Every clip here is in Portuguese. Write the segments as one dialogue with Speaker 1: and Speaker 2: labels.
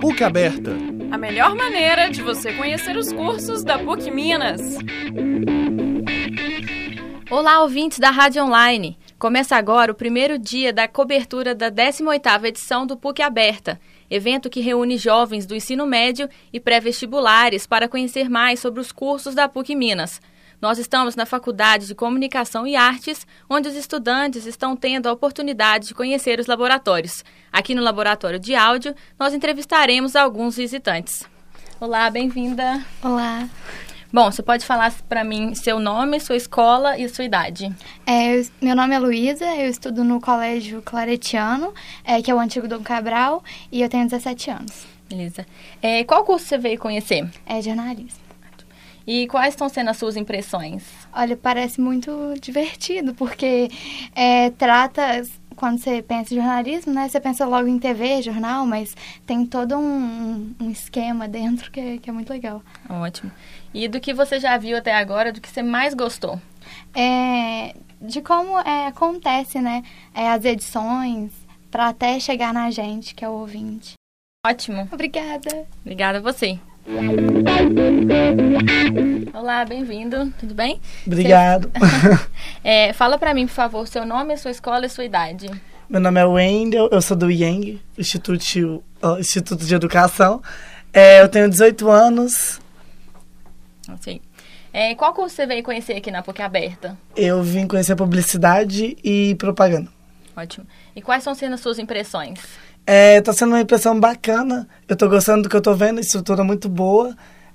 Speaker 1: PUC Aberta.
Speaker 2: A melhor maneira de você conhecer os cursos da PUC Minas.
Speaker 3: Olá, ouvintes da Rádio Online. Começa agora o primeiro dia da cobertura da 18ª edição do PUC Aberta, evento que reúne jovens do ensino médio e pré-vestibulares para conhecer mais sobre os cursos da PUC Minas. Nós estamos na Faculdade de Comunicação e Artes, onde os estudantes estão tendo a oportunidade de conhecer os laboratórios. Aqui no Laboratório de Áudio, nós entrevistaremos alguns visitantes. Olá, bem-vinda.
Speaker 4: Olá,
Speaker 3: Bom, você pode falar para mim seu nome, sua escola e sua idade.
Speaker 4: É, eu- meu nome é Luísa, eu estudo no Colégio Claretiano, é, que é o antigo Dom Cabral, e eu tenho 17 anos.
Speaker 3: Beleza. É, qual curso você veio conhecer?
Speaker 4: É jornalismo.
Speaker 3: E quais estão sendo as suas impressões?
Speaker 4: Olha, parece muito divertido, porque é, trata, quando você pensa em jornalismo, né, você pensa logo em TV, jornal, mas tem todo um, um esquema dentro que, é- que é muito legal.
Speaker 3: Ótimo. E do que você já viu até agora, do que você mais gostou?
Speaker 4: É, de como é, acontece né, é, as edições, para até chegar na gente, que é o ouvinte.
Speaker 3: Ótimo.
Speaker 4: Obrigada!
Speaker 3: Obrigada a você. Olá, bem-vindo. Tudo bem?
Speaker 5: Obrigado.
Speaker 3: É, fala para mim, por favor, seu nome, sua escola e sua idade.
Speaker 5: Meu nome é Wendel, eu sou do IENG, Instituto, ó, Instituto de Educação. É, eu tenho 18 anos,
Speaker 3: Sim. É, qual curso você veio conhecer aqui na PUC Aberta?
Speaker 5: eu vim conhecer publicidade e propaganda.
Speaker 3: Ótimo. E quais estão sendo as suas impressões?
Speaker 5: É, tá sendo uma impressão bacana, eu tô gostando do que eu tô vendo, estrutura muito boa.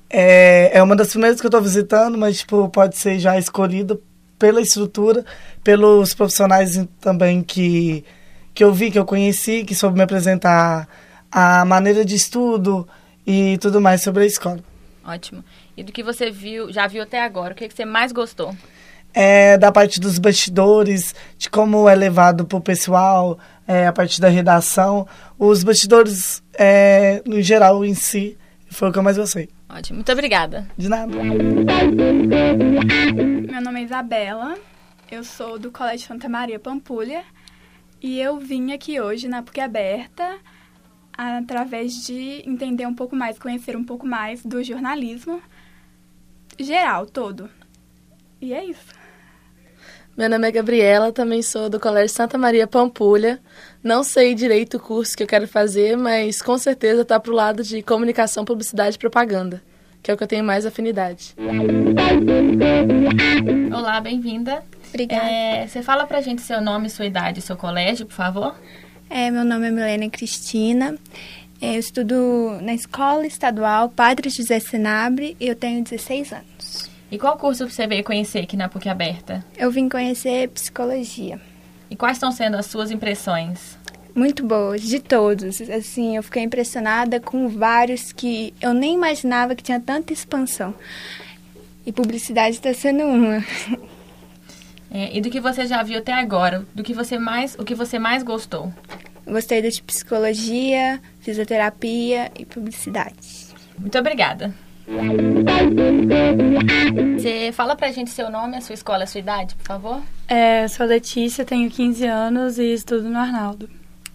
Speaker 5: É, é uma das primeiras que eu tô visitando, mas tipo, pode ser já escolhida pela estrutura, pelos profissionais também que, que eu vi, que eu conheci, que soube me apresentar a maneira de estudo e tudo mais sobre a escola.
Speaker 3: Ótimo. E do que você viu, já viu até agora, o que, que você mais gostou?
Speaker 5: é, da parte dos bastidores, de como é levado pro pessoal, é, a parte da redação. Os bastidores, é, no geral, em si, foi o que eu mais gostei.
Speaker 3: Ótimo. Muito obrigada.
Speaker 5: De nada.
Speaker 6: Meu nome é Isabela, eu sou do Colégio Santa Maria Pampulha e eu vim aqui hoje na PUC Aberta através de entender um pouco mais, conhecer um pouco mais do jornalismo geral, todo. E é isso.
Speaker 7: Meu nome é Gabriela, também sou do Colégio Santa Maria Pampulha. Não sei direito o curso que eu quero fazer, mas com certeza está pro lado de comunicação, publicidade e propaganda, que é o que eu tenho mais afinidade.
Speaker 3: Olá, bem-vinda.
Speaker 8: Obrigada.
Speaker 3: É, você fala pra gente seu nome, sua idade e seu colégio, por favor.
Speaker 8: É, meu nome é Milena Cristina. É, eu estudo na Escola Estadual Padre José Senabre e eu tenho 16 anos.
Speaker 3: E qual curso você veio conhecer aqui na PUC Aberta?
Speaker 8: Eu vim conhecer psicologia.
Speaker 3: E quais estão sendo as suas impressões?
Speaker 8: Muito boas, de todos. Assim, eu fiquei impressionada com vários que eu nem imaginava que tinha tanta expansão. E publicidade está sendo uma.
Speaker 3: É, e do que você já viu até agora, do que você mais, o que você mais gostou?
Speaker 8: Gostei da de psicologia, fisioterapia e publicidade.
Speaker 3: Muito obrigada. Você fala pra gente seu nome, a sua escola, a sua idade, por favor.
Speaker 6: É, sou Letícia, tenho 15 anos e estudo no Arnaldo.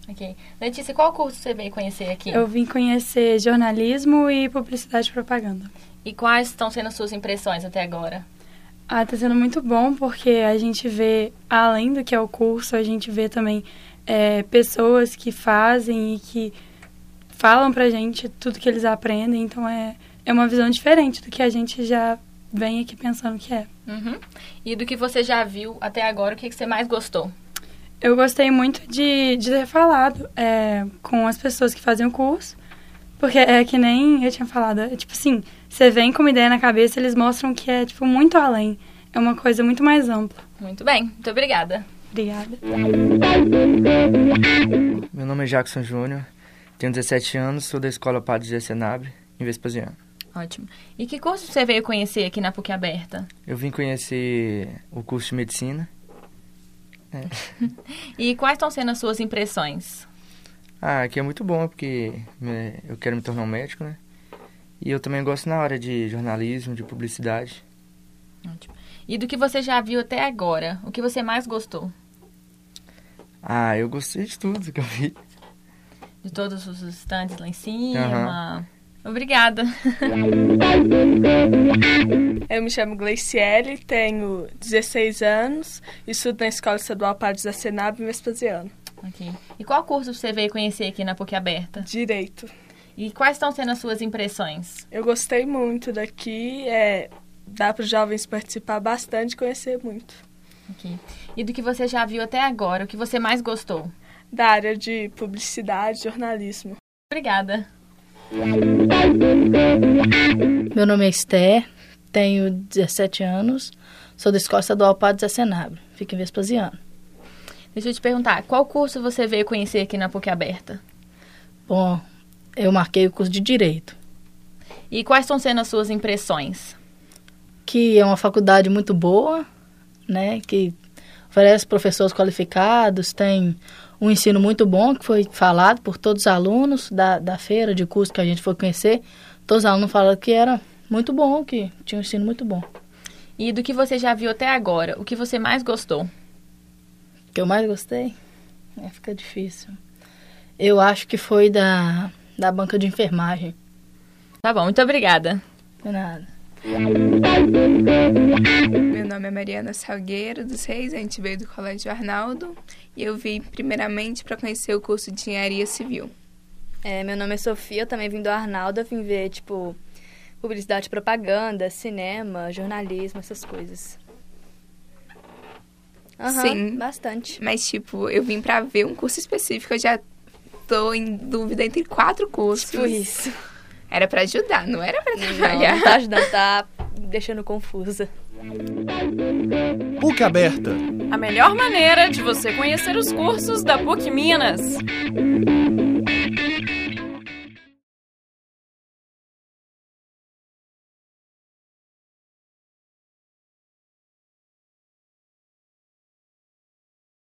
Speaker 3: Ok. Letícia, qual curso você veio conhecer aqui?
Speaker 6: vim conhecer jornalismo e publicidade e propaganda.
Speaker 3: E quais estão sendo as suas impressões até agora?
Speaker 6: Ah, tá sendo muito bom porque a gente vê, além do que é o curso, a gente vê também é, pessoas que fazem e que falam pra gente tudo que eles aprendem. Então é, é uma visão diferente do que a gente já vem aqui pensando que é.
Speaker 3: Uhum. E do que você já viu até agora, o que que você mais gostou?
Speaker 6: Eu gostei muito de, de ter falado é, com as pessoas que fazem o curso, porque é que nem eu tinha falado, é tipo assim, você vem com uma ideia na cabeça, eles mostram que é tipo muito além. É uma coisa muito mais ampla.
Speaker 3: Muito bem, muito obrigada.
Speaker 6: Obrigada.
Speaker 9: Meu nome é Jackson Júnior, tenho 17 anos, sou da Escola Padre José Senabre, em Vespasiano.
Speaker 3: Ótimo. E que curso você veio conhecer aqui na PUC Aberta?
Speaker 9: Eu vim conhecer o curso de Medicina.
Speaker 3: E quais estão sendo as suas impressões?
Speaker 9: Ah, aqui é muito bom, porque né, eu quero me tornar um médico, né? E eu também gosto na área de jornalismo, de publicidade.
Speaker 3: E do que você já viu até agora, o que você mais gostou?
Speaker 9: Ah, eu gostei de tudo que eu vi.
Speaker 3: de todos os estandes lá em cima. Obrigada.
Speaker 7: Eu me chamo Gleiciele, tenho 16 anos, estudo na Escola Estadual Padres da Senab em Vespasiano.
Speaker 3: Ok. E qual curso você veio conhecer aqui na PUC Aberta?
Speaker 7: Direito.
Speaker 3: E quais estão sendo as suas impressões?
Speaker 7: Eu gostei muito daqui, é, dá para os jovens participar bastante e conhecer muito.
Speaker 3: Ok. E do que você já viu até agora, o que você mais gostou?
Speaker 7: Da área de publicidade, jornalismo.
Speaker 3: Obrigada.
Speaker 10: Meu nome é Esther, tenho 17 anos, sou da Escola Estadual Padre Zé Senabre, fico em Vespasiano.
Speaker 3: Deixa eu te perguntar, qual curso você veio conhecer aqui na PUC Aberta?
Speaker 10: Bom, eu marquei o curso de Direito,
Speaker 3: E quais estão sendo as suas impressões?
Speaker 10: que é uma faculdade muito boa, né, que oferece professores qualificados, tem um ensino muito bom, que foi falado por todos os alunos da, da feira de curso que a gente foi conhecer. Todos os alunos falaram que era muito bom, que tinha um ensino muito bom.
Speaker 3: E do que você já viu até agora, o que você mais gostou?
Speaker 10: que eu mais gostei? É, fica difícil. Eu acho que foi da, da banca de enfermagem.
Speaker 3: Tá bom, muito obrigada.
Speaker 10: De nada.
Speaker 11: Meu nome é Mariana Salgueiro dos Reis, a gente veio do Colégio Arnaldo e eu vim primeiramente para conhecer o curso de Engenharia Civil.
Speaker 12: É, meu nome é Sofia, eu também vim do Arnaldo, eu vim ver, tipo, publicidade, propaganda, cinema, jornalismo, essas coisas. Aham,
Speaker 11: Sim.
Speaker 12: bastante.
Speaker 11: Mas, tipo, eu vim para ver um curso específico, eu já tô em dúvida entre quatro cursos.
Speaker 12: Tipo isso.
Speaker 11: Era para ajudar, Tá, não era para trabalhar.
Speaker 12: Não, não tá ajudando, tá deixando confusa.
Speaker 1: PUC Aberta.
Speaker 2: A melhor maneira de você conhecer os cursos da PUC Minas.